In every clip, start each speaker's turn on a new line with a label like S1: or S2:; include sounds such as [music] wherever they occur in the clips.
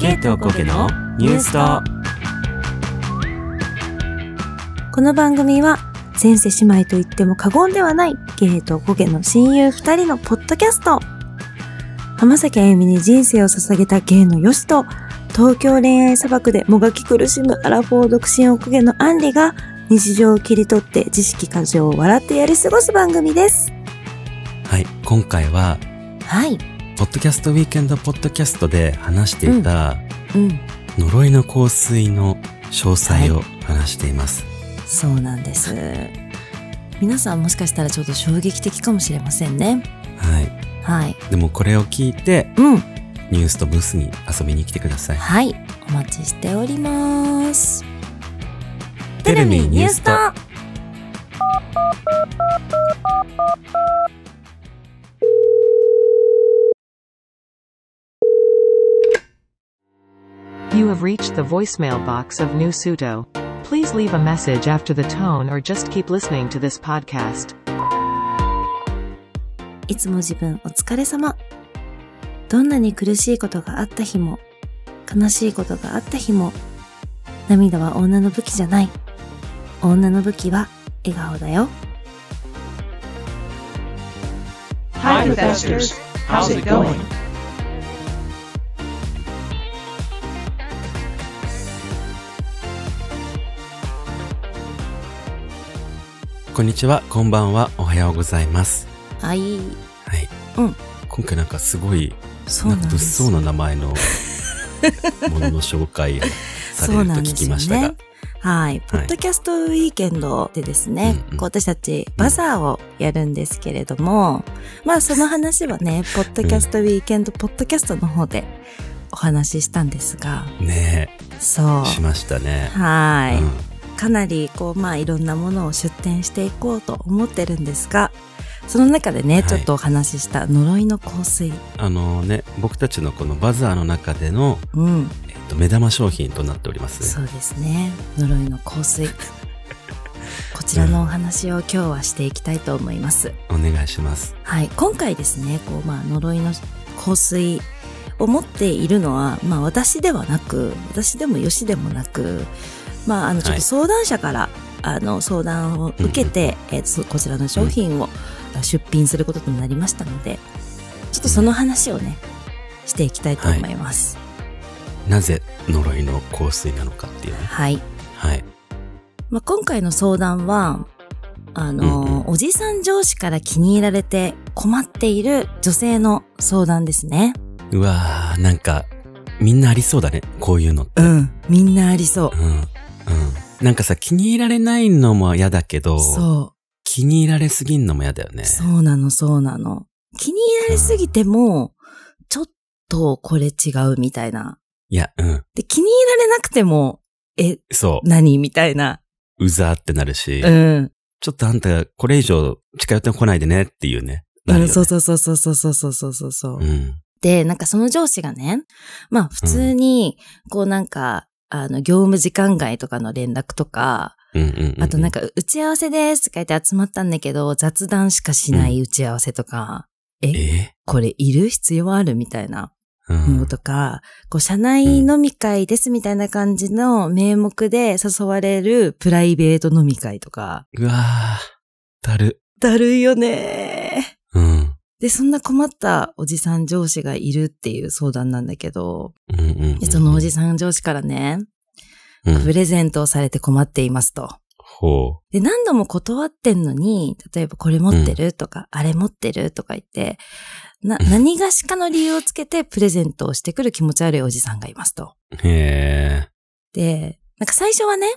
S1: ケイトコケのニュースと
S2: この番組は前世姉妹と言っても過言ではないゲイとゴゲの親友二人のポッドキャスト浜崎あゆみに人生を捧げたゲイのヨシと東京恋愛砂漠でもがき苦しむアラフォー独身おこげのアンリが日常を切り取って知識過剰を笑ってやり過ごす番組です
S1: はい今回は
S2: はい
S1: ポッドキャストウィークエンドポッドキャストで話していた
S2: うん
S1: 呪いの香水の詳細を話しています、
S2: そうなんです皆さんもしかしたらちょっと衝撃的かもしれませんね
S1: はい、
S2: はい
S1: でもこれを聞いて
S2: うん
S1: ニュースとブースに遊びに来てください
S2: はい、お待ちしております。
S1: テレビニュースと
S3: You have reached the voicemail box of New Suto. Please leave a message after the tone or just keep listening to this podcast.
S2: いつも自分お疲れ様。どんなに苦しいことがあった日も、悲しいことがあった日も、涙は女の武器じゃない。女の武器は笑顔だよ。
S4: Hi, investors. How's it going?
S1: こんにちはこんばんはおはようございます
S2: はい、
S1: はい、
S2: うん
S1: 今回なんかすごい
S2: そう
S1: な
S2: なんんで
S1: か物
S2: す。
S1: 騒な名
S2: [laughs]
S1: 前のものの紹介をされると聞きました
S2: そうな
S1: が
S2: んですよねはい。ポッドキャストウィーケンドでですね、
S1: うんうん
S2: こう私たちバザーをやるんですけれども、まあその話はね、ポッドキャストウィーケンド、ポッドキャストの方でお話ししたんですが、
S1: ね
S2: そう。
S1: えしましたね、
S2: はい、
S1: うん
S2: かなりこうまあいろんなものを出展していこうと思ってるんですが、その中でね、
S1: はい
S2: ちょっとお話しした呪いの香水。
S1: あのね僕たちのこのバザーの中での、
S2: うん。
S1: えっと、目玉商品となっております
S2: そ
S1: ね
S2: うですね。呪いの香
S1: [laughs]
S2: 水。こちらのお話を今日はしていきたいと思います。
S1: お願いします
S2: はい、今回ですね、こう、まあ、呪いの香水を持っているのは、まあ、私ではなく、私でもよしでもなく、まあ、あの、ちょっ
S1: はい
S2: と相談者から、あの、相談を受けて、えーそこちらの商品をあ出品することとなりましたので、ちょっとその話をね、していきたいと思います。
S1: なぜ呪いの香水なのかっていうね
S2: はい。
S1: はい
S2: まあ、今回の相談は、あの、
S1: うんうん
S2: おじさん上司から気に入られて困っている女性の相談ですね。
S1: うわーなんかみんなありそうだねこういうのって
S2: うん。みんなありそう
S1: うんうんなんかさ気に入られないのも嫌だけど
S2: そ
S1: 気に入られすぎんのも嫌だよね
S2: う。そうなの、そうなの。気に入られすぎても、ちょっとこれ違うみたいな。
S1: いやうん
S2: で、気に入られなくても、え、
S1: そ
S2: 何みたいな。
S1: ううざーってなるし、
S2: うん。
S1: ちょっとあんたこれ以上近寄ってこないでねっていうねな
S2: う
S1: るよ
S2: ん、
S1: ね
S2: そうそうそうそうそうそうそうそうそう。
S1: うん
S2: で、なんかその上司がね、まあ普通に、こうなんか、あの、業務時間外とかの連絡とか、
S1: うんうんうんうん
S2: あとなんか、打ち合わせですって書いて集まったんだけど、雑談しかしない打ち合わせとか、え、
S1: え
S2: これいる必要あるみたいな。
S1: う
S2: の
S1: ん
S2: とか、こう、社内飲み会ですみたいな感じの名目で誘われるプライベート飲み会とか。
S1: うわーだる
S2: だるいよね
S1: うん
S2: ー。で、そんな困ったおじさん上司がいるっていう相談なんだけど、
S1: うんうんうんうん
S2: でそのおじさん上司からね、
S1: うん
S2: プレゼントをされて困っていますと。
S1: ほ
S2: で、何度も断ってんのに、例えばこれ持ってるとか、あれ持ってるとか言って、な、何がしかの理由をつけてプレゼントをしてくる気持ち悪いおじさんがいますと。
S1: う。へ
S2: で、なんか最初はね、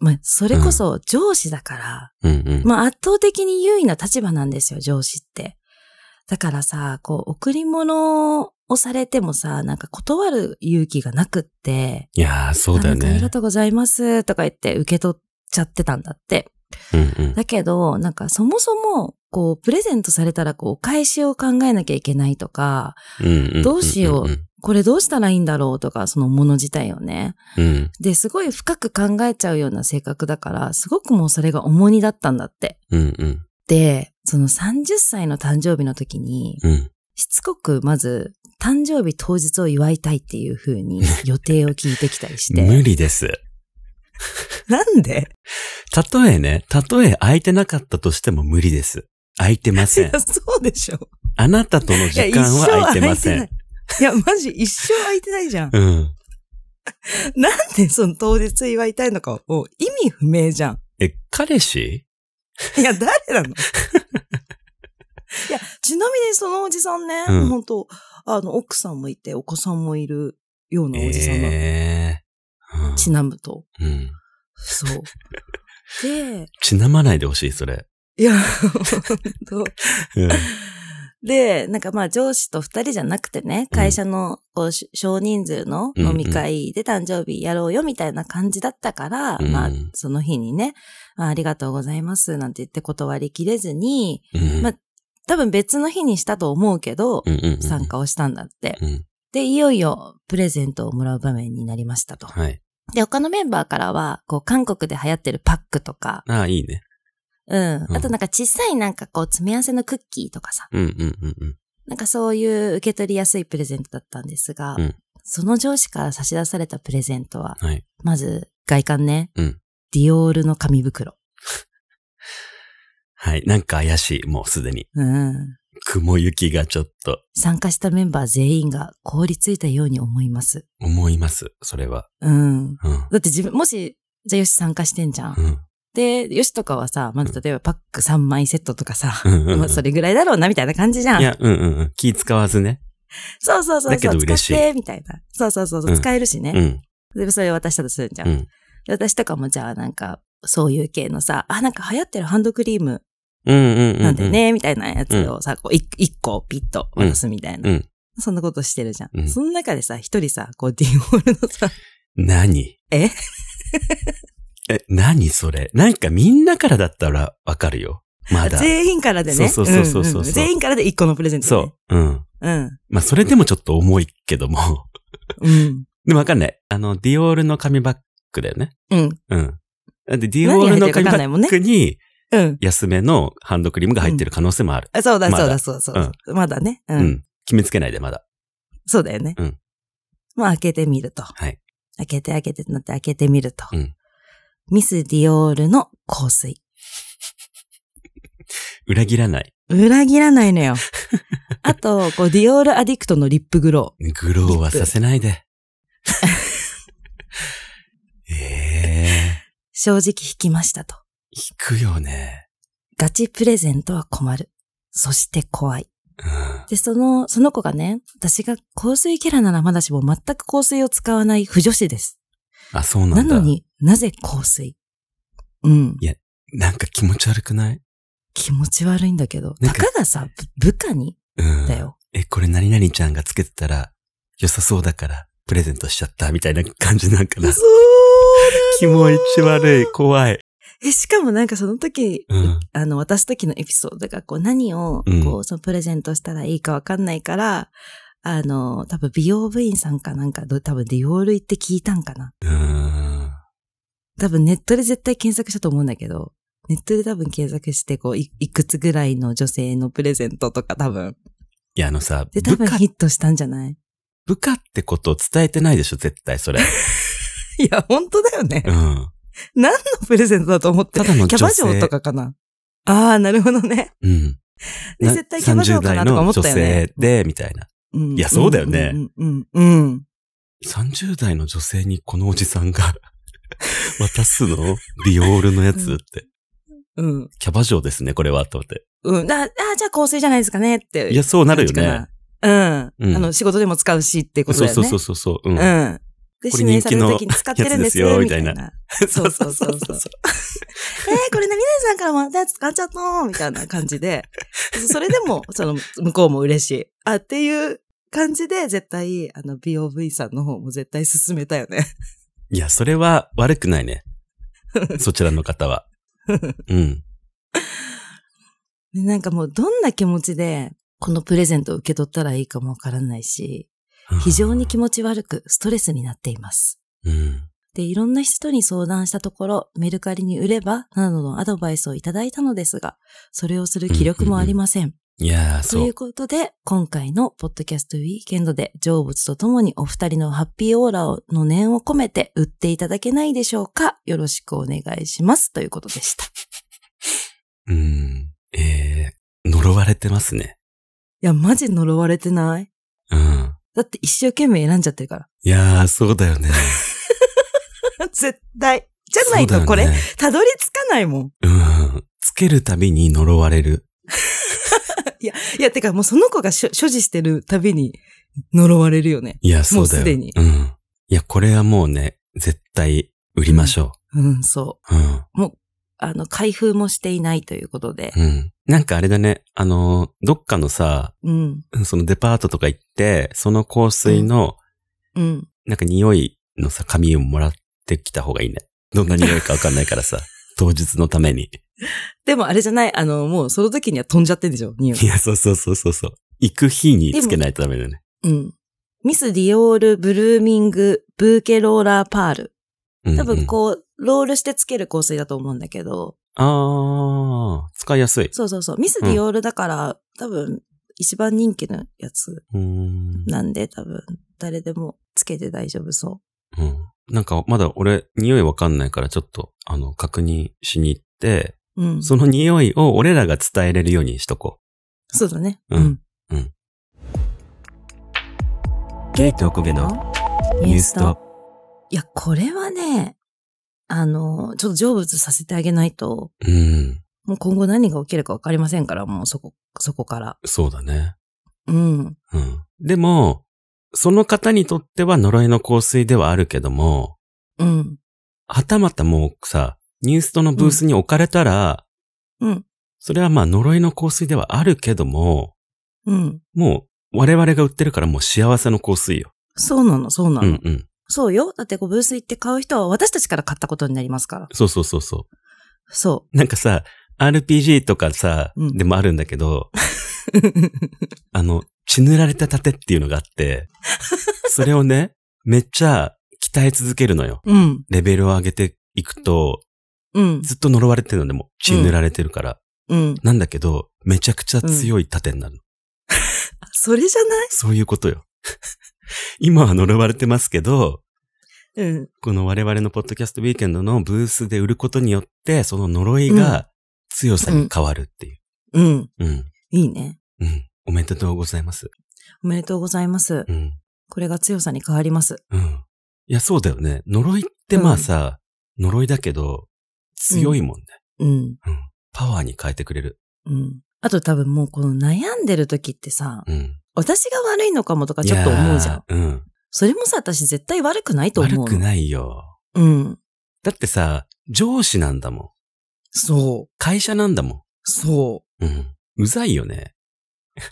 S2: まあ、それこそ上司だから、
S1: え。うんうん。
S2: まあ、圧倒的に優位な立場なんですよ、上司って。だからさ、こう、贈り物をされてもさ、なんか断る勇気がなくって、
S1: いやー、そうだよ
S2: あなんかあり
S1: ね
S2: が。とうございますとか言って受け取っちゃってたんだって。
S1: うんうん。
S2: だけど、なんかそもそも、こう、プレゼントされたら、こう、お返しを考えなきゃいけないとか、
S1: うんうん
S2: どうしようんこれどうしたらいいんだろうとか、そのもの自体をね。
S1: うん。うん
S2: で、すごい深く考えちゃうような性格だから、すごくもうそれが重荷だったんだって。
S1: うんうん
S2: で、その30歳の誕生日の時に、
S1: うん。
S2: しつこくまず、誕生日当日を祝いたいっていう風に予定を聞いてきたりし
S1: [laughs]
S2: て。
S1: 無理です。
S2: なんで
S1: たとえね、たとえ空いてなかったとしても無理です。空いてま
S2: い
S1: [laughs] せん
S2: や、。そうでしょ。
S1: あなたとの
S2: いや、
S1: 時間は空いてません。
S2: 一生空いてない。いや、マジ、一生空いてないじゃん。
S1: うん。
S2: なんでその当日祝いたいのか、もう意味不明じゃ
S1: [laughs]
S2: ん。
S1: え、彼氏
S2: いや、誰なのいや、ちなみにそのおじさんね、
S1: うん
S2: 本当あの、奥さんもいて、お子さんもいるようなおじさんなの。
S1: ええー
S2: ちなむと。
S1: うんうん。 [laughs]
S2: そう。で、
S1: ちなまないでほしい、それ。
S2: いや、 [laughs] 本当
S1: [laughs] うん
S2: で、なんかまあ上司と二人じゃなくてね、会社のこうし少人数の飲み会で誕生日やろうよみたいな感じだったから、
S1: うん
S2: まあその日にね、まあ、ありがとうございますなんて言って断りきれずに、
S1: うん。
S2: まあ多分別の日にしたと思うけど、
S1: うんうんうん
S2: 参加をしたんだって。
S1: うん。
S2: で、いよいよプレゼントをもらう場面になりましたと。
S1: はい。
S2: で、他のメンバーからは、こう韓国で流行ってるパックとか、
S1: ああ、いいね。
S2: うん
S1: う。ん
S2: あとなんか小さいなんかこう詰め合わせのクッキーとかさ、
S1: うんうんうんうん。
S2: なんかそういう受け取りやすいプレゼントだったんですが、
S1: うん
S2: その上司から差し出されたプレゼントは、
S1: はい
S2: まず外観ね、
S1: うん
S2: ディオールの紙袋。
S1: はい。なんか怪しい、もうすでに。
S2: うん、
S1: 雲行きがちょっと
S2: 参加したメンバー全員が凍りついたように思います。
S1: 思います、それは。
S2: うん、
S1: うん。
S2: だって自分、もし、じゃあよし参加してんじゃん。
S1: うん。
S2: で、よしとかはさ、まず例えばパック3枚セットとかさ、
S1: うんうん
S2: まあそれぐらいだろうなみたいな感じじゃん
S1: い。や、うんうんうん。気使わずね。
S2: そうそうそう
S1: だけ
S2: そ
S1: ど
S2: う、
S1: 嬉し
S2: 使
S1: い
S2: ってみたいな。そうそうそうそう、
S1: うん
S2: 使えるしね。
S1: うん。
S2: で、それ渡したとするんじゃん。
S1: うん
S2: で私とかもじゃあなんか、そういう系のさ、あ、なんか流行ってるハンドクリーム
S1: うんうんうん。
S2: なんだよ。ね、みたいなやつをさ、こう、い一個ピッと渡すみたいな。
S1: うん
S2: そんなことしてるじゃん。
S1: うん
S2: その中でさ、一人さ、こう、ディオールのさ、
S1: 何
S2: え
S1: [laughs] え、何それなんかみんなからだったらわかるよ。まだ。
S2: 全員からでね。
S1: そうそうそうそうそうん
S2: んん全員からで一個のプレゼント、ね。
S1: そう。うん。
S2: う。うん。
S1: まあ、それでもちょっと重いけども。 [laughs]
S2: うん。
S1: でもわかんない。あの、ディオールの紙バッグだよね。
S2: うん。
S1: うん。だってディオールの紙バッグに
S2: うん。
S1: 安めのハンドクリームが入ってる可能性もある。
S2: あそうだ、
S1: まだ
S2: そうだ、そうだそうだ、まだね。うん。
S1: うん。決めつけないで、まだ。
S2: そうだよね。
S1: うん
S2: まあ、開けてみると。
S1: はい。
S2: 開けて開けてってなって開けてみると。
S1: うん
S2: ミス・ディオールの香水。
S1: 裏切らない。
S2: 裏切らないのよ。 [laughs] あと、こう、ディオールアディクトのリップグロ
S1: グローはさせない
S2: [laughs]
S1: で。ええ
S2: ー。正直引きましたと。
S1: 引くよね。
S2: ガチプレゼントは困る。そして怖い。
S1: うん
S2: で、その、その子がね、私が香水キャラならまだしも全く香水を使わない不女子です。
S1: あ、そうな
S2: なん
S1: だ。
S2: のになぜ香水うん。
S1: なんか気持ち悪くない
S2: 気持ち悪いんだけど。
S1: なん
S2: た
S1: か
S2: かがさ、ぶ部下に
S1: うん。
S2: だ。よ。
S1: え、これ何々ちゃんがつけてたら良さそうだからプレゼントしちゃったみたいな感じなんかな。気持ち悪い、怖い。
S2: え、しかもなんかその時、
S1: うん
S2: あの、渡す時のエピソードが、こう、何を、
S1: うん
S2: こう、そのプレゼントしたらいいかわかんないから、あの、多分美容部員さんかなんか、ど多分ディオール行って聞いたんかな。
S1: うん。
S2: 多分ネットで絶対検索したと思うんだけど、ネットで多分検索して、こうい、いくつぐらいの女性のプレゼントとか多分。
S1: いや、あのさ、
S2: で、多
S1: 部
S2: 分
S1: 下、
S2: ヒットしたんじゃない [laughs]
S1: 部下ってことを伝えてないでしょ、絶対それ。
S2: いや、本当だよね
S1: う。ん。
S2: 何のプレゼントだと思って
S1: ただの女性
S2: キャバ嬢とかかな。ああ、なるほどね。
S1: うん。
S2: で
S1: な
S2: 絶対キャバ嬢かなとか思ったよ
S1: 30代
S2: ね
S1: の女性で、みたいな。
S2: うん
S1: いやそうだよね
S2: うんうんうんうん。
S1: 30代の女性にこのおじさんが [laughs] 渡すのディオールのやつって。
S2: うん。うん
S1: キャバ嬢ですね、これは、と思って。
S2: うん。あ、あじゃあ香水じゃないですかねって。
S1: いや、そうなるよ
S2: 感じか
S1: ね。
S2: な。うん。
S1: うん
S2: あの、仕事でも使うしってこと
S1: そ
S2: だ
S1: う
S2: よね。
S1: そうそうそうそう。うん。
S2: うん。で、
S1: これ
S2: 指名
S1: 人
S2: さ
S1: 気
S2: れる
S1: の
S2: ときに使ってるんです
S1: や
S2: よ、
S1: つですよ
S2: みたい
S1: みた
S2: な。
S1: [laughs] そう [laughs] そうそ
S2: え
S1: うそう。
S2: ー、これね、みなさんからもらったやつ使っちゃったのみたいな感じで。それでも、その、向こうも嬉しい。あ、っていう感じで、絶対、あの、BOV さんの方も絶対進めたよね。
S1: いや、それは悪くないね。そちらの
S2: [laughs]
S1: 方は。うん。
S2: でなんかもう、どんな気持ちで、このプレゼントを受け取ったらいいかもわからないし、非常に気持ち悪く、ストレスになっています。
S1: うん。
S2: で、いろんな人に相談したところ、メルカリに売れば、などのアドバイスをいただいたのですが、それをする気力もありません。
S1: いやー、
S2: と
S1: そ
S2: いう
S1: う。
S2: ことで、今回のポッドキャストウィーケンドで、成仏とともにお二人のハッピーオーラをの念を込めて売っていただけないでしょうかよろしくお願いします。ということでした。いう
S1: ーん。えー、呪われてますね。
S2: や、マジ呪われてない
S1: うん。
S2: だって一生懸命選んじゃってるか
S1: いやー、そうだよね。
S2: ら。 [laughs] 絶対。じゃ
S1: そ
S2: [laughs] な
S1: う
S2: い
S1: だよ
S2: と
S1: ね
S2: これ、。たどり着かないもん。
S1: うん。つけるたびに呪われる。
S2: いや、てかもうその子が所所持してるたびに呪われるよね。
S1: いや、そうだ
S2: もうす
S1: よ。
S2: でに
S1: うん。いや、これはもうね、絶対売りましょ
S2: うん、そう。
S1: う。うん。
S2: あの、開封もしていないということで。
S1: うん。なんかあれだね、あのー、どっかのさ、
S2: うん、
S1: そのデパートとか行って、その香水の、
S2: うん。
S1: なんか匂いのさ、紙をもらってきた方がいいね。どんな匂いかわかんないから
S2: [laughs]
S1: さ、当日のために。
S2: でもあれじゃない、あの、もうその時には飛んじゃってんでしょ、匂い
S1: い。や、そうそうそうそうそう。行く日につけないとダメだよね。
S2: うん。ミス・ディオール・ブルーミング・ブーケ・ローラー・パール。多
S1: うんう
S2: 分
S1: ん
S2: こう、ロールしてつける香水だと思うんだけど、
S1: あー、使いやすい。
S2: そうそうそう。ミス・ディオールだから、多分、一番人気のやつ
S1: うーん。
S2: なんで、多分、誰でもつけて大丈夫そ
S1: うん。なんか、まだ俺、匂いわかんないから、ちょっと、あの、確認しに行って、
S2: う。うん。
S1: その匂いを俺らが伝えれるようにしとこ
S2: そうだね。
S1: うんう。ゲイとおこげのニュースと。
S2: いや、これはね、あの、ちょっと成仏させてあげないと、
S1: うん。
S2: もう今後何が起きるかわかりませんから、もうそこ、そこから。
S1: そうだね。
S2: うん。
S1: うん。でも、その方にとっては呪いの香水ではあるけども、
S2: うん。
S1: はたまたもうさ、ニュースとのブースに置かれたら、
S2: うん。
S1: それはまあ呪いの香水ではあるけども、
S2: うん。
S1: もう我々が売ってるからもう幸せの香水よ。
S2: そうなの、そうな
S1: う
S2: の。
S1: んうん。
S2: そうよ。だってこうブース行って買う人は私たちから買ったことになりますから。
S1: そうそうそうそ。
S2: そう
S1: なんかさ、RPG とかさ、
S2: うん
S1: でもあるんだけ
S2: [laughs]
S1: ど、
S2: う。
S1: あの、血塗られた盾っていうのがあって、それをね、めっちゃ鍛え続けるのよ。
S2: うん。
S1: レベルを上げていくと、
S2: うん。
S1: ずっと呪われてるのでも、血塗られてるから。
S2: うん。
S1: なんだけど、めちゃくちゃ強い盾になるの。
S2: あそれじゃない
S1: そういうことよ。今は呪われてますけど、
S2: うん。
S1: この我々のポッドキャストウィーケンドのブースで売ることによって、その呪いが強さに変わるっていう。
S2: うん。
S1: うん。
S2: いいね。
S1: うん。おめでとうございます。
S2: おめでとうございます。
S1: うん。
S2: これが強さに変わります。
S1: うん。いや、そうだよね。呪いってまあさ、呪いだけど、強いもんね。
S2: うん。
S1: パワーに変えてくれる。
S2: うん。あと多分もうこの悩んでる時ってさ、
S1: うん。
S2: 私が悪いのかもとかちょっと思うじゃん。
S1: いやーうん。
S2: それもさ、私絶対悪くないと思う
S1: 悪
S2: の。
S1: くないよ。
S2: うん。
S1: だってさ、上司なんだもん。
S2: そう。
S1: 会社なんだも
S2: そう。
S1: ん。うん。うざいよね。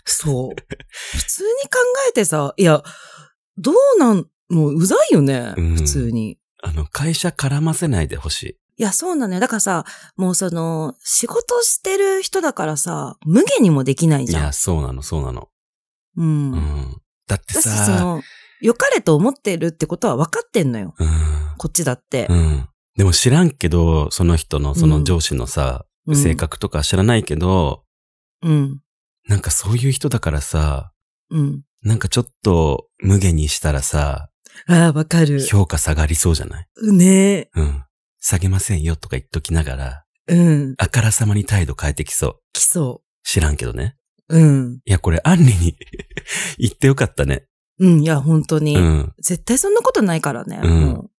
S2: そう。普通に考えてさ、いや、どうなん、もううざいよね、
S1: うん
S2: 普通に。
S1: あの、会社絡ませないでほしい。
S2: いや、そうなのよ。だからさ、もうその、仕事してる人だからさ、無限にもできない
S1: い
S2: じゃん
S1: や、。そうなの、そうなの。
S2: うん。
S1: うん。だって
S2: だし、そ
S1: さ、
S2: の、良かれと思ってるってことは分かってんのよ。
S1: うん。
S2: こっちだって
S1: う。ん。でも知らんけど、その人の、その上司のさ、
S2: うん
S1: 性。格とか知らないけど、
S2: うん。
S1: なんかそういう人だからさ、
S2: うん。
S1: なんかちょっと無限にしたらさ、
S2: ああ、分かる。
S1: 評価下がりそうじゃない
S2: ね
S1: うん。下げませんよとか言っときながら、
S2: え。うん。
S1: あからさまに態度変えてきそう。
S2: 来そ
S1: 知らんけどね。
S2: う。うん。
S1: いや、これ、アンリに [laughs] 言ってよかったね。
S2: うん。いや、本当に。
S1: うん。
S2: 絶対そんなことないからね。
S1: うん
S2: もう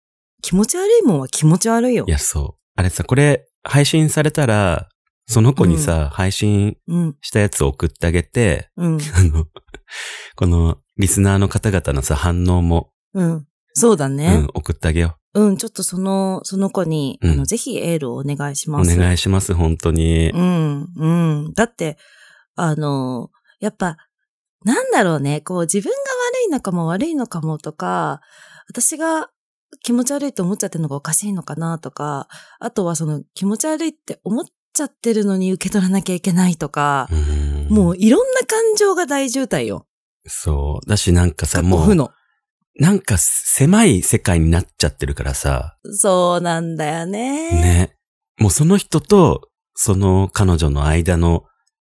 S2: 気持ち悪いもんは気持ち悪いよ
S1: い。や、そう。あれさ、これ、配信されたら、その子にさ、配信
S2: うん。
S1: したやつを送ってあげて、
S2: うん。
S1: あの、 [laughs] この、リスナーの方々のさ、反応も、
S2: うん。そうだ
S1: う
S2: ね
S1: ん。、送ってあげよ
S2: うん、ちょっとその、その子に、
S1: うん
S2: あの、ぜひエールをお願いし
S1: う。
S2: ま
S1: お
S2: す。
S1: 願いします、本当に。
S2: うん、うん。だって、あの、やっぱ、なんだろうね、こう、自分が悪いのかも悪いのかもとか、私が気持ち悪いと思っちゃってるのがおかしいのかなとか、あとはその気持ち悪いって思っちゃってるのに受け取らなきゃいけないとか、
S1: うん
S2: もういろんな感情が大渋滞よ。
S1: そう。だし、なんかさ、
S2: 過去
S1: も
S2: 負
S1: う、
S2: の。
S1: なんか、狭い世界になっちゃってるからさ、
S2: そうなんだよね。
S1: ね。もうその人と、その彼女の間の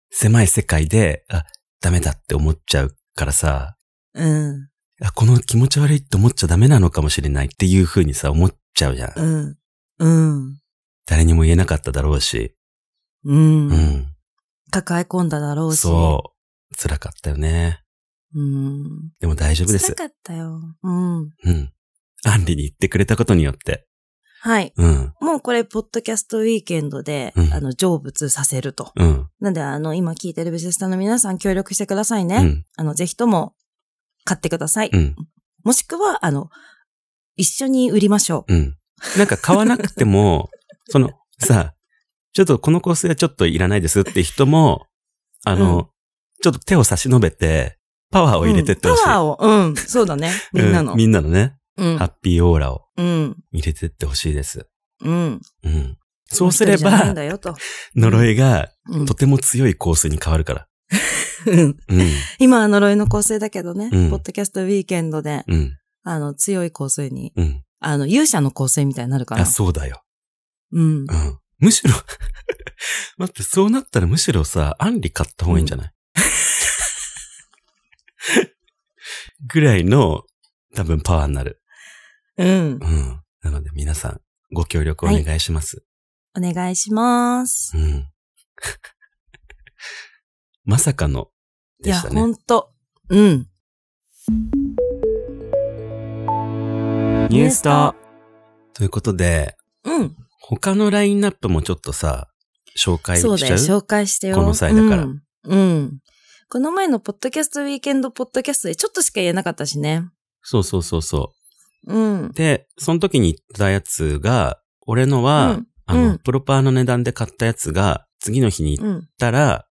S1: 狭い世界で、あ、ダメだって思っちゃうからさ、
S2: うん。
S1: あ、この気持ち悪いって思っちゃダメなのかもしれないっていう風にさ、思っちゃうじゃん。
S2: うん。うん。
S1: 誰にも言えなかっただろうし。
S2: うん。
S1: うん。
S2: 抱え込んだだろうし。
S1: そう。辛かったよね。
S2: う。うん。
S1: でも大丈夫で
S5: 辛
S1: す。
S5: かったよ。
S2: うん。
S1: うん。アンリに言ってくれたことによって。
S2: はい。
S1: うん。
S2: もうこれ、ポッドキャストウィーケンドで、
S1: うん
S2: あの、成仏させると。
S1: うん。
S2: なんで、あの、今聞いてるビジネスターの皆さん協力してくださいね。
S1: うん。
S2: あの、ぜひとも、買ってください。
S1: うん。
S2: もしくは、あの、一緒に売りましょう。
S1: うん。なんか買わなく
S2: [laughs]
S1: ても、その、さ、ちょっとこの香水はちょっといらないですって人も、あの、
S2: う
S1: ちょっと手を差し伸べて、パワーを入れてってほしい。
S2: うんパワーを。うん。そうだね。みんなの
S1: [laughs] う。みんなのね、
S2: うん
S1: ハ。ッピーオーラを
S2: うん。
S1: 入れてってほしいです。
S2: うん。
S1: うん。そうすれ
S2: 一人じゃないん
S1: ば、
S2: だよと
S1: 呪いが
S2: うん
S1: とても強い香水に変わるから。
S2: うん
S1: うん。
S2: 今は呪いの構成だけどね、
S1: うん
S2: ポッドキャストウィーケンドで、 [laughs]
S1: うん。
S2: あの、強い香水に、
S1: うん。
S2: あの、勇者の香水みたいになるから
S1: あ、。そうだよ。
S2: うん
S1: う。ん。むしろ、 [laughs] 待って、そうなったらむしろさ、アンリ買った方がいいん
S2: [laughs]
S1: じゃない、ぐらいの、多分パワーになる。
S2: うん。
S1: うん。なので皆さん、ご協力お願いします。
S2: お願いします。
S1: うん。 [laughs] まさかの、
S2: い
S1: で
S2: や、
S1: した
S2: ほ
S1: ね。
S2: んと。うん。
S5: ニュースと
S1: ということで、
S2: うん。
S1: 他のラインナップもちょっとさ、紹介しちゃ
S2: そううだよ。紹介してよ。
S1: この際だから
S2: うん。うんこの前のポッドキャストウィーケンドポッドキャストでちょっとしか言えなかったしね。
S1: そうそうそうそう。
S2: うん。
S1: で、その時に言ったやつが、俺のは、
S2: うん
S1: あの、
S2: うん
S1: プロパーの値段で買ったやつが、次の日に行っ
S2: うん。
S1: たら、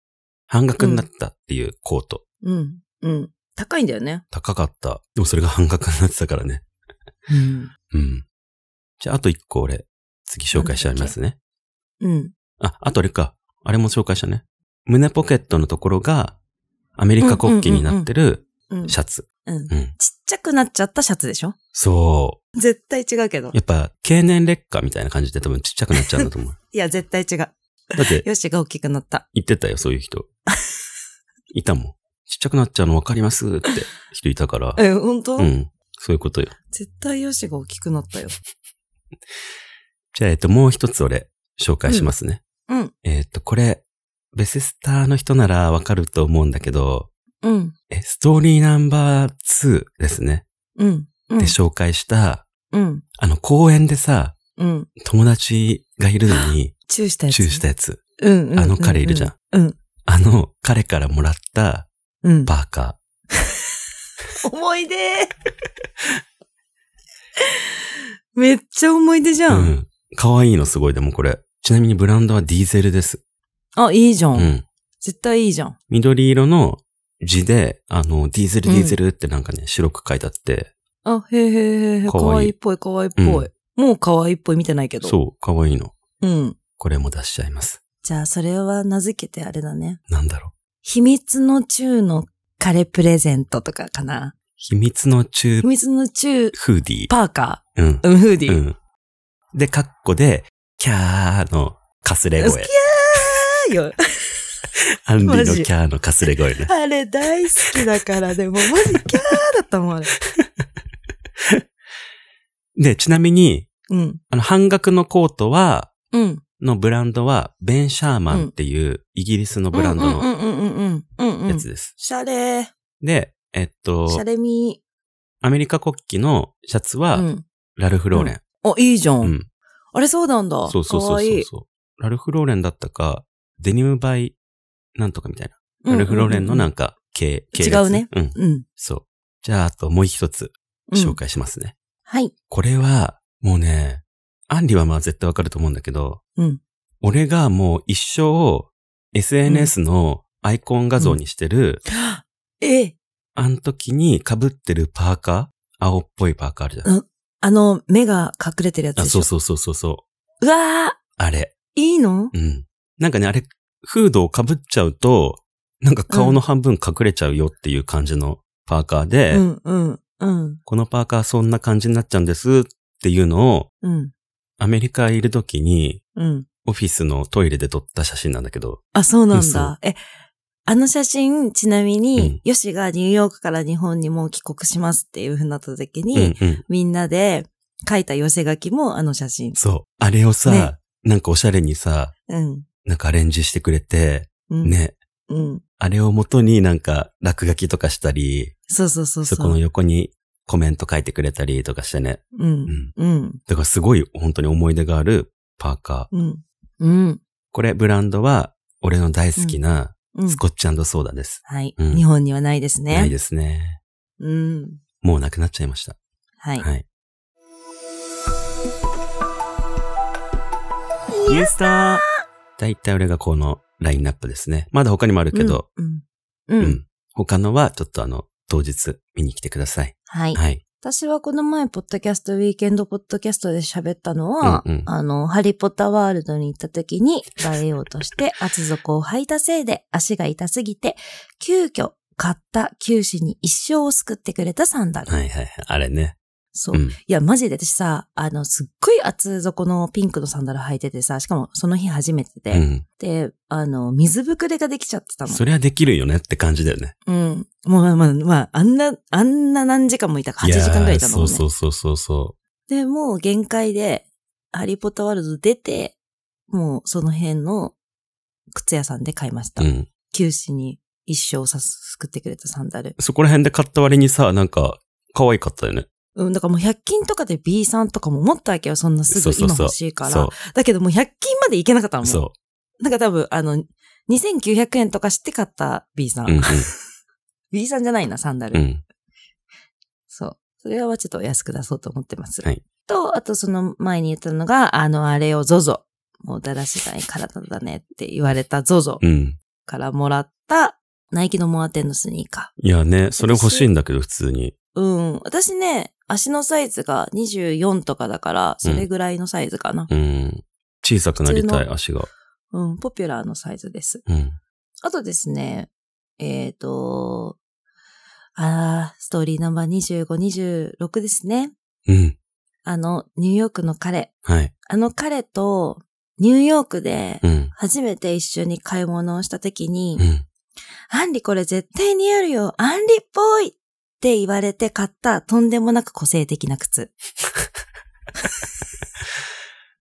S1: 半額になったっていうコート。
S2: うん。うん。高いんだよね。
S1: 高かった。でもそれが半額になってたからね。
S2: うん。
S1: うん。じゃあ、あと一個俺、次紹介しちゃいますね。
S2: うん。
S1: あ、あとあれか。あれも紹介したね。胸ポケットのところが、アメリカ国旗になってる
S2: うん。
S1: シャツ。
S2: うん。ち
S1: うん。
S2: っちゃくなっちゃったシャツでしょ
S1: そ
S2: 絶対違うけど
S1: う。。やっぱ、経年劣化みたいな感じで多分ちっちゃくなっちゃうんだ
S2: [laughs]
S1: と思う。
S2: いや、絶対違う。
S1: だって、
S2: よしが大きくなった。
S1: 言ってたよ、そういう
S2: [laughs]
S1: 人。いたもん。ちっちゃくなっちゃうの分かりますって人いたから。
S2: え、ほんと
S1: うん。そういうことよ。
S2: 絶対よしが大きくなったよ。
S1: じゃあ、えっと、もう一つ俺、紹介しますね。
S2: うんうん
S1: えっと、これ、ベセスターの人なら分かると思うんだけど、
S2: うん。
S1: え、ストーリーナンバー2ですね。
S2: うん。うん
S1: で、紹介した、
S2: うん。
S1: あの、公園でさ、
S2: うん。
S1: 友達がいるのに、
S2: チューしたやつ。
S1: チューしたやつ。
S2: うんうんうん。
S1: あの彼いるじゃん。
S2: うん。
S1: あの、彼からもらった
S2: うん。
S1: パーカ
S2: 思い出 [laughs] めっちゃ思い出じ
S1: ー。
S2: ゃん。
S1: うん。かわいいのすごい、でもこれ。ちなみにブランドはディーゼルです。
S2: あ、いいじゃん,、
S1: うん。
S2: 絶対いいじゃん。
S1: 緑色の字で、あの、ディーゼル
S2: う
S1: デ
S2: ん
S1: ィーゼルってなんかね、白く書いてあって、
S2: あ、へーへーへーへー。
S1: か
S2: か
S1: わ
S2: わ
S1: いい
S2: いいっぽい、かわいいっぽい。もうかわいいっぽい見てないけど。
S1: そう、かわいいの。
S2: う。うん。
S1: これも出しちゃいます。
S2: じゃあ、それは名付けてあれだね。
S1: なんだろう。
S2: 秘密の中の彼プレゼントとかかな。
S1: 秘密の中
S2: 秘密の中、
S1: フーディー。
S2: パーカ
S1: うん。
S2: ー。うん、フーディ
S1: う
S2: ー。
S1: ん。で、カッコで、キャーのか
S2: [laughs]
S1: すれ
S2: 好き
S1: 声
S2: や。ーよ。
S1: アンリの
S2: マジ
S1: キャーのかすれ声ね。
S2: あれ大好きだから、でもマジキャーだったもん、あれ。
S1: で、ちなみに、
S2: うん。
S1: あの、半額のコートは、
S2: うん。
S1: のブランドは、ベン・シャーマンっていうイギリスのブランド
S2: う
S1: の
S2: んうんうんうんうんうんう
S1: や
S2: ん。
S1: つです。
S2: シャレー。
S1: で、えっと、
S2: シャレミ
S1: アメリカ国旗のシャツは
S2: ー。う、ん。
S1: ラルフ・ローレン。
S2: あ、いいじゃん。
S1: うん。
S2: あれそうなんだ。
S1: そうそう
S2: か
S1: そう
S2: わい
S1: そう
S2: い。
S1: そう。ラルフ・ローレンだったか、デニム・バイ、なんとかみたい
S2: う
S1: な。
S2: んうん
S1: ラルフ・ローレンのなんか、系、系列
S2: 違うね。
S1: うん。
S2: うん。
S1: そう。じゃあ、あともう一つ
S2: うん
S1: 紹介しますね。
S2: はい。 [gasps]
S1: これは、もうね、アンリはまあ絶対わかると思うんだけど、
S2: うん
S1: 俺がもう一生 SNS のアイコン画像にしてる、
S2: え、
S1: あの時に被ってるパーカー、青っぽいパーカーあるじゃん。
S2: うんあの、目が隠れてるやつ
S1: あ、
S2: でしょ。
S1: そうそうそうそうそう。
S2: うわー、
S1: あれ。
S2: いいの
S1: うん。なんかね、あれ、フードを被っちゃうと、なんか顔の半分隠れちゃうよっていう感じのパーカーで、
S2: うん、うん、うん、
S1: このパーカーそんな感じになっちゃうんですっていうのを、
S2: うん、
S1: アメリカいる時に、
S2: うん。
S1: オフィスのトイレで撮った写真なんだけど、
S2: あ、そうなん
S1: 嘘
S2: だ。え、あの写真、ちなみ
S1: うん
S2: に、ヨシがニューヨークから日本にもう帰国しますっていう風になった時
S1: う
S2: に、
S1: んうん。
S2: みんなで書いた寄せ書きもあの写真。
S1: そう。あれをさ、
S2: ね
S1: なんかおしゃれにさ、
S2: うん。
S1: なんかアレンジしてくれて、
S2: うん。
S1: ね。
S2: うん。
S1: あれを元になんか落書きとかしたり、
S2: そうそうそう
S1: そ
S2: そ
S1: この
S2: う。
S1: 横にコメント書いてくれたりとかしてね。
S2: う。
S1: うんん。
S2: うん。
S1: だからすごい本当に思い出があるパーカー。
S2: うん。うん。
S1: これブランドは俺の大好きな
S2: うん
S1: ス。コッチソーダです。
S2: はい。
S1: うん
S2: 日本にはないですね。
S1: ないですね。
S2: うん。
S1: もうなくなっちゃいました。
S2: はい。
S1: はい。ニュースターだいたい俺がこのラインナップですね。まだ他にもあるけど、
S2: うん。う。
S1: うんん。
S2: うん
S1: 他のはちょっとあの、当日見に来てください。
S2: はい。
S1: はい。
S2: 私はこの前、ポッドキャスト、ウィーケンドポッドキャストで喋ったのは、
S1: うんうん
S2: あの、ハリポタワールドに行った時に、バレようとして [laughs] 厚底を履いたせいで足が痛すぎて、急遽買った九死に一生を救ってくれたサンダル。
S1: はいはいはい。あれね。
S2: そう。
S1: う
S2: い
S1: ん。
S2: や、マジで私さ、あの、すっごい厚底のピンクのサンダル履いててさ、しかもその日初めてで、
S1: うん。
S2: で、あの、水ぶくれができちゃってたの。
S1: それはできるよねって感じだよね。
S2: うん。もうまあまあ、まあ、あんな、あんな何時間もいたか、8時間ぐらいいたの、ね。
S1: やーそうそうそうそう。
S2: で、もう限界で、ハリーポッターワールド出て、もうその辺の靴屋さんで買いました。
S1: そううん。
S2: 九死に一生をさす救ってくれたサンダル。
S1: そこら辺で買った割にさ、なんか、可愛かったよね。
S2: うん、だからもう100均とかで B さんとかも持ったわけよ、そんなす
S1: そう
S2: ぐ
S1: そう
S2: 今
S1: そう
S2: 欲しいから。
S1: そ
S2: だけどもう100均まで行けなかったの
S1: う。
S2: もん。
S1: そ
S2: なんか多分、あの、2900円とかして買った B さん。
S1: う。うんうん。
S2: B さんじゃないな、サンダル。
S1: うん。
S2: そう。それはちょっとお安く出そうと思ってます。
S1: はい
S2: と、あとその前に言ったのが、あの、あれを ZOZO。もうだらしない体だねって言われた ZOZO
S1: うん。
S2: からもらった、ナイキのモアテンのスニーカ
S1: いやね、それ欲しいんだけど、普通に。
S2: ー。うん。私ね、足のサイズが24とかだから、それぐらいのサイズかな。
S1: うん。小さくなりた
S2: 普
S1: い、
S2: 通の
S1: 足が。
S2: うん、ポピュラーのサイズです。
S1: うん。
S2: あとですね、えっ、ー、と、あーストーリーナンバー25、26ですね。
S1: うん。
S2: あの、ニューヨークの彼。
S1: はい。
S2: あの彼と、ニューヨークで、
S1: うん。
S2: 初めて一緒に買い物をした時に
S1: う、ん。
S2: アンリこれ絶対似合うよアンリっぽいって言われて買ったとんでもなく個性的な靴。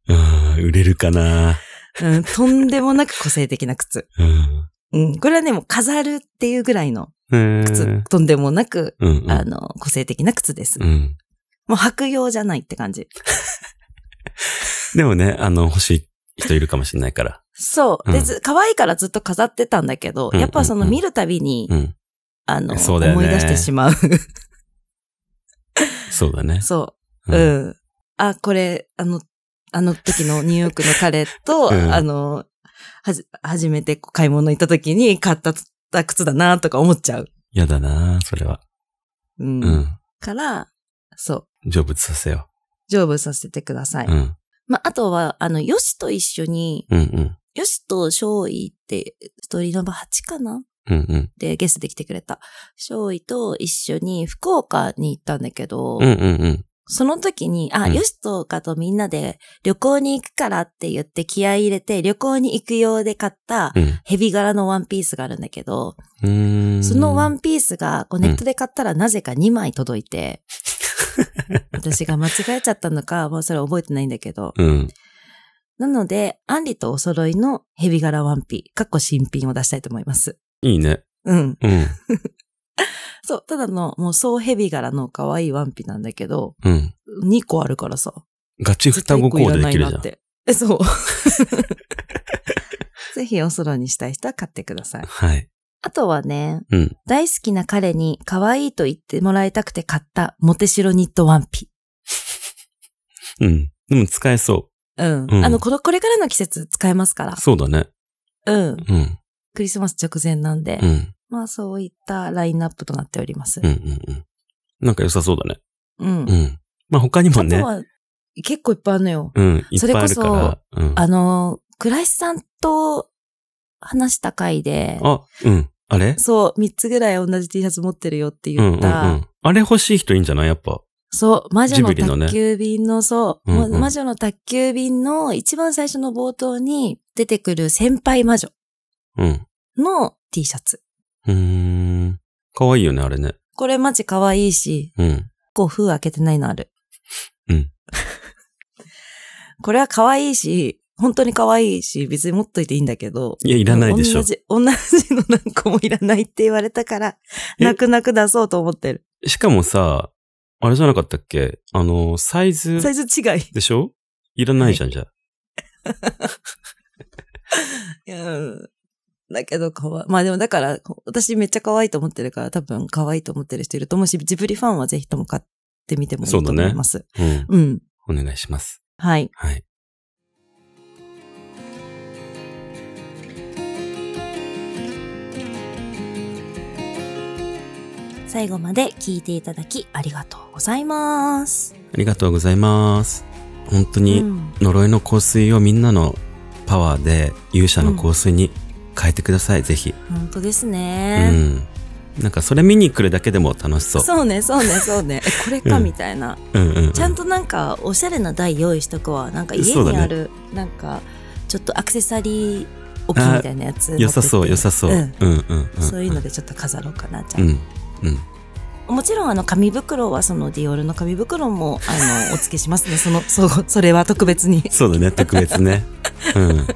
S1: あー売れるかな
S2: うん、とんでもなく個性的な靴。
S1: うん。
S2: うん、これはね、もう飾るっていうぐらいの
S1: えー
S2: 靴、とんでもなく、
S1: うんうん。
S2: あの、個性的な靴です。
S1: うん。
S2: もう白用じゃないって感じ。
S1: でもね、あの、欲しい人いるかもしれないから。
S2: そう。
S1: う
S2: で、
S1: ん
S2: ず可愛いからずっと飾ってたんだけど、
S1: うん
S2: やっぱその
S1: うんうん
S2: 見るたびに、
S1: うん。
S2: あの、
S1: そうだよね
S2: 思い出してし
S1: [laughs]
S2: まう。
S1: そうだね。
S2: そう。
S1: う。
S2: うんん。あ、これ、あの、あの時のニューヨークの彼と、
S1: うん
S2: あの、はじ、初めてこう買い物行った時に買ったた靴だなとか思っちゃう。
S1: やだなそれは。
S2: うん。
S1: うん。
S2: から、そう。
S1: 成仏させよ
S2: 成仏させてください。
S1: う。うん。
S2: まあ、あとは、あの、ヨシと一緒に、
S1: うんうん。
S2: ヨシと少尉って、ストーリーナンバー8かな
S1: うんうん。
S2: で、ゲストで来てくれた。少尉と一緒に福岡に行ったんだけど、
S1: うんうんうん。
S2: その時に、あ、
S1: うん
S2: ヨシとかとみんなで旅行に行くからって言って気合い入れて旅行に行く用で買った
S1: うん
S2: ヘビ柄のワンピースがあるんだけど、
S1: うーん。
S2: そのワンピースがこうネットで買ったらなぜか2枚届い
S1: [laughs]
S2: て、私が間違えちゃったのか、もうそれ覚えてないんだけど。
S1: うん。
S2: なので、アンリとお揃いのヘビ柄ワンピ、かっこ新品を出したいと思います。
S1: いいね。
S2: うん。
S1: うん。
S2: そう、ただのもう総ヘビ柄の可愛いワンピなんだけど、
S1: うん。
S2: 2個あるからさ。
S1: ガチ双子コーデできるじゃん。
S2: て。え、そう。 [laughs] ぜひお空にしたい人は買ってください。
S1: はい。
S2: あとはね、
S1: うん
S2: 大好きな彼に可愛いと言ってもらいたくて買ったモテシロニットワンピ。
S1: うん。でも使えそ
S2: うん。
S1: うん
S2: あの、この、これからの季節使えますか
S1: う。
S2: ら。
S1: そうだね。
S2: うん。
S1: うん。
S2: クリスマス直前なんで。
S1: うん。
S2: まあ、そういったラインナップとなっております
S1: うんう。んうん。なんか良さそうだね。
S2: うん。
S1: うん。まあ他にも
S2: あ
S1: ね
S2: と。は、結構いっぱいあるのよ。
S1: うん。いっ
S2: それ
S1: ぱいあ
S2: こ
S1: る
S2: そ
S1: から。うん。
S2: あの、倉石さんと話した回で、
S1: あ、うん。あれ
S2: そう、3つぐらい同じ T シャツ持ってるよって
S1: うん
S2: 言
S1: う
S2: っ
S1: んう
S2: た、
S1: ん。あれ欲しい人いいんじゃないやっぱ。
S2: そう、魔女
S1: ジブリの
S2: の
S1: ね
S2: 宅急便の、そう、
S1: うんうん
S2: 魔女の宅急便の一番最初の冒頭に出てくる先輩魔女
S1: うん。
S2: の
S6: T シャツ。
S1: うーん。かわいいよね、あれね。
S6: これマジ可愛いし、
S1: うん。
S6: こう封開けてないのある。
S2: [laughs]
S1: うん。
S6: これは可愛いし、本当に可愛いし、別に持っといていいんだけど。
S1: いや、いらないでしょ
S6: 同。じ、同じの何個もいらないって言われたから、
S1: え
S6: 泣く泣く出そうと思ってる。
S1: しかもさ、あれじゃなかったっけあの、サイズ
S6: サイズ違い。
S1: でしょいらないじゃん、じゃあ。
S6: うん。だけど、かわいまあでもだから、私めっちゃ可愛いと思ってるから、多分可愛いと思ってる人いると思うし、ジブリファンはぜひとも買ってみてもいいと思います。
S1: うん。
S6: うん。
S1: お願いします。
S6: はい。
S1: はい。
S2: 最後まで聞いていただきありがとうございます。
S1: ありがとうございます。本当に、
S2: うん
S1: 呪いの香水をみんなのパワーで勇者の香水に変えてください、ぜひ。
S2: 本当です
S1: う
S2: ね。
S1: ん。なんか、それ見に来るだけでも楽しそう。
S2: そうね、そうね、そうね。え、これか、
S1: うん
S2: みたいな。
S1: うんうん、うん。
S2: ちゃんとなんか、おしゃれな台用意しとくわ。なんか家
S1: そうだ
S2: に
S1: ね
S2: ある、なんか、ちょっとアクセサリー置きみたいなやつ持ってって。
S1: 良さそう、良さそう。
S6: う
S1: うんん、うん、うんうん。
S6: そういうのでちょっと飾ろうかな、じゃ
S1: う
S6: あ
S1: ん。うん。
S2: もちろんあの紙袋はそのディオールの紙袋もあのお付けしますね。その、そう、それは特別に。
S1: そうだね、特別ね。うん。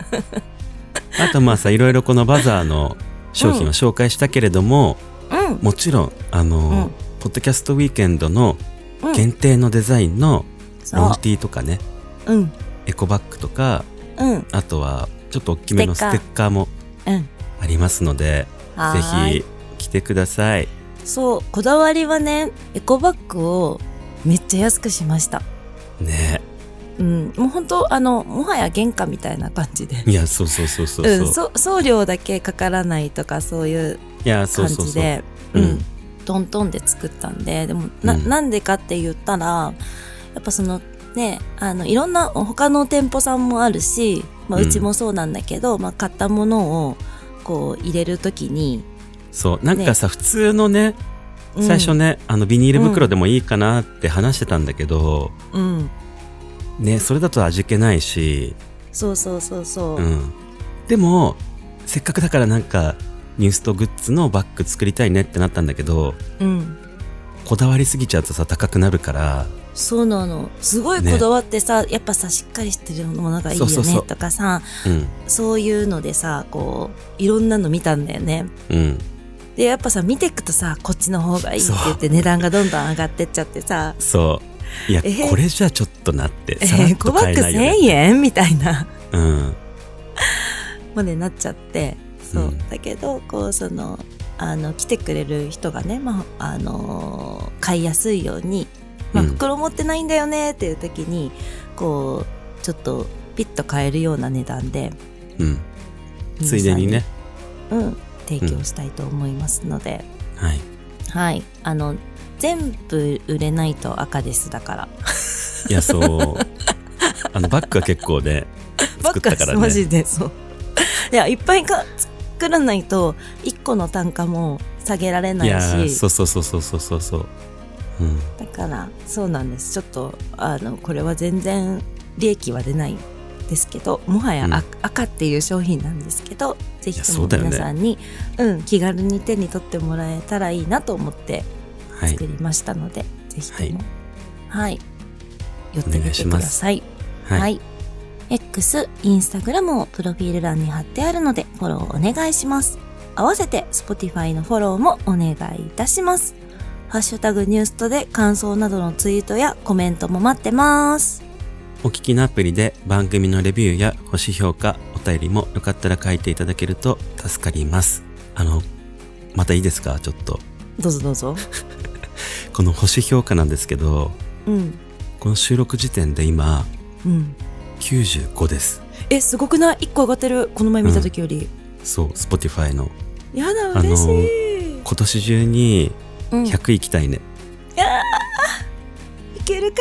S1: あとまあさ、いろいろこのバザーの商品を紹介したけれども、
S2: うん。
S1: もちろん、あの、
S6: うん
S1: ポッドキャストウィーケンドの
S2: うん
S1: 限定のデザインの
S2: そう
S1: ロンティーとかね、
S6: うん。
S1: エコバッグとか、
S6: うん。
S1: あとはちょっと大きめの
S2: ステッ
S1: ス
S2: カー
S1: テッカーも
S6: うん
S1: ありますので、
S2: は
S1: ぜ
S2: ーい
S1: ひ来てください。
S2: そう、こだわりはね、エコバッグをめっちゃ安くしました。
S1: ね
S2: うん。もう本当あの、もはや原価みたいな感じで。
S1: いや、そうそうそうそう
S2: う
S1: そ
S2: ん、そ
S1: う。
S2: 送料だけかからないとかそういう
S1: いや、そ
S2: 感
S1: うそう
S2: じ
S1: そう。
S2: で
S1: う
S2: うん
S1: ん。
S2: トントンで作ったんででもな,、
S1: うん
S2: ん、なんでかって言ったらやっぱそのねあのいろんな他の店舗さんもあるし、まあ、
S1: う
S2: うんちもそうなんだけど、まあ、買ったものをこう入れるときに、
S1: そう。なんかさ、普通のね、
S6: うん
S1: 最初ね、あのビニール袋でもいいかなって話してたんだけど、
S6: うん。
S1: ね、それだと味気ないし、
S2: そうそうそうそう、
S1: うん。でも、せっかくだからなんか、ニュースとグッズのバッグ作りたいねってなったんだけど、
S6: うん。
S1: こだわりすぎちゃうとさ、高くなるから、
S2: そうなのすごいこだわってさ、やっぱさしっかりしてるものがいいよね
S1: そうそうそう
S2: とかさ
S1: うん、
S2: そういうのでさこういろんなの見たんだよね。
S1: うん、
S2: でやっぱさ見ていくとさこっちの方がいいって言って値段がどんどん上がってっちゃってさ
S1: そう。いや、
S6: えー
S1: これじゃちょっとなって、
S6: え
S1: [laughs] さらっ
S6: ー、
S1: と
S6: 小バ
S1: 買
S6: ッ
S1: え
S6: グ
S1: ない
S6: 1000
S1: よ
S2: [laughs]
S1: ね。
S6: 円みたいな。
S1: うん、
S2: までなっちゃってそう、
S1: うん
S2: だけどこうそのあの来てくれる人がね、まああのー買いやすいように、まあ、
S1: うん
S2: 袋持ってないんだよねっていう時に、こうちょっとピッと買えるような値段で
S1: うん。ついでにね、
S2: うん、提供したいと思いますので、
S1: はい。
S2: はいあの全部売れないと赤ですだから
S1: いや、
S2: [laughs]
S1: そう。あの、バッグは結構ね、
S6: ばっ
S1: 作ったからね。
S6: マジで、そう。
S2: いやいっぱいか作らないと1個の単価も下げられないい
S1: やー、
S2: し
S1: そうそうそうそうそうそうそう。うん。
S2: だからそうなんですちょっとあのこれは全然利益は出ないですけどもはや、
S1: うん
S2: あ赤っていう商品なんですけどぜひ
S1: いや
S2: と
S1: そ
S2: も
S1: うだよね
S2: 皆さんにう、ん、気軽に手に取ってもらえたらいいなと思って
S1: はい
S2: 作。りましたので、ぜひともはい、寄って
S1: お願
S2: み
S1: い
S2: て
S1: し
S2: く
S1: ま
S2: だ
S1: す
S2: さい。はい、
S1: はい。
S2: X、インスタグラムをプロフィール欄に貼ってあるのでフォローお願いします。合わせて Spotify のフォローもお願いいたします。ハッシュタグニュースとで感想などのツイートやコメントも待ってます。
S1: お聞きのアプリで番組のレビューや星評価、お便りもよかったら書いていただけると助かります。あの、またいいですかちょっと。
S6: どうぞどうぞ。
S1: この星評価なんですけど、
S6: うん。
S1: この収録時点で今、
S6: うん。
S1: 95です。
S6: え、すごくない ?1 個上がってる。この前見た時より。
S1: そう、Spotify の。
S6: やだ、嬉しい。
S1: 今年中に
S2: うん、い
S1: 100行きたいね。
S6: いけるか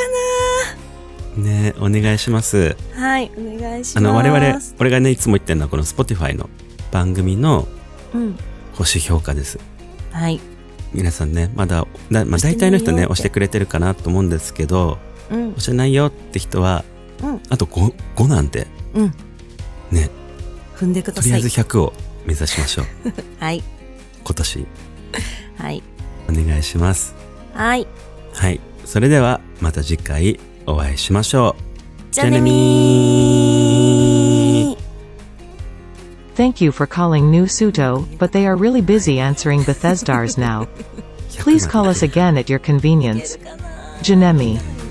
S1: ねえお願いします。
S2: はい、お願いします。
S1: あの、我々、俺がね、いつも言ってるのはこの Spotify の番組の
S2: うん、
S1: 星評価です。
S2: はい、
S1: 皆さんね、まだ、だまあ、
S2: 押
S1: 大
S2: してないよ
S1: 体の人ね、
S2: って
S1: 押してくれてるかなと思うんですけど、
S2: うん、
S1: 押してないよって人は、
S2: うん
S1: あと 5, 5なんで、
S6: うん
S1: ね、
S6: 踏んでくだ
S1: とり
S6: さ
S1: あえ
S6: い
S1: ず。100を目指しましょう。 [laughs]
S2: はい。
S1: 今年、
S2: はい。
S1: お願いします。
S2: はい。
S1: はい。それでは、また次回お会いしましょう。
S2: じゃあねみー
S3: Thank you for calling New Suto, but they are really busy answering Bethesdars now. Please call us again at your convenience. Janemi.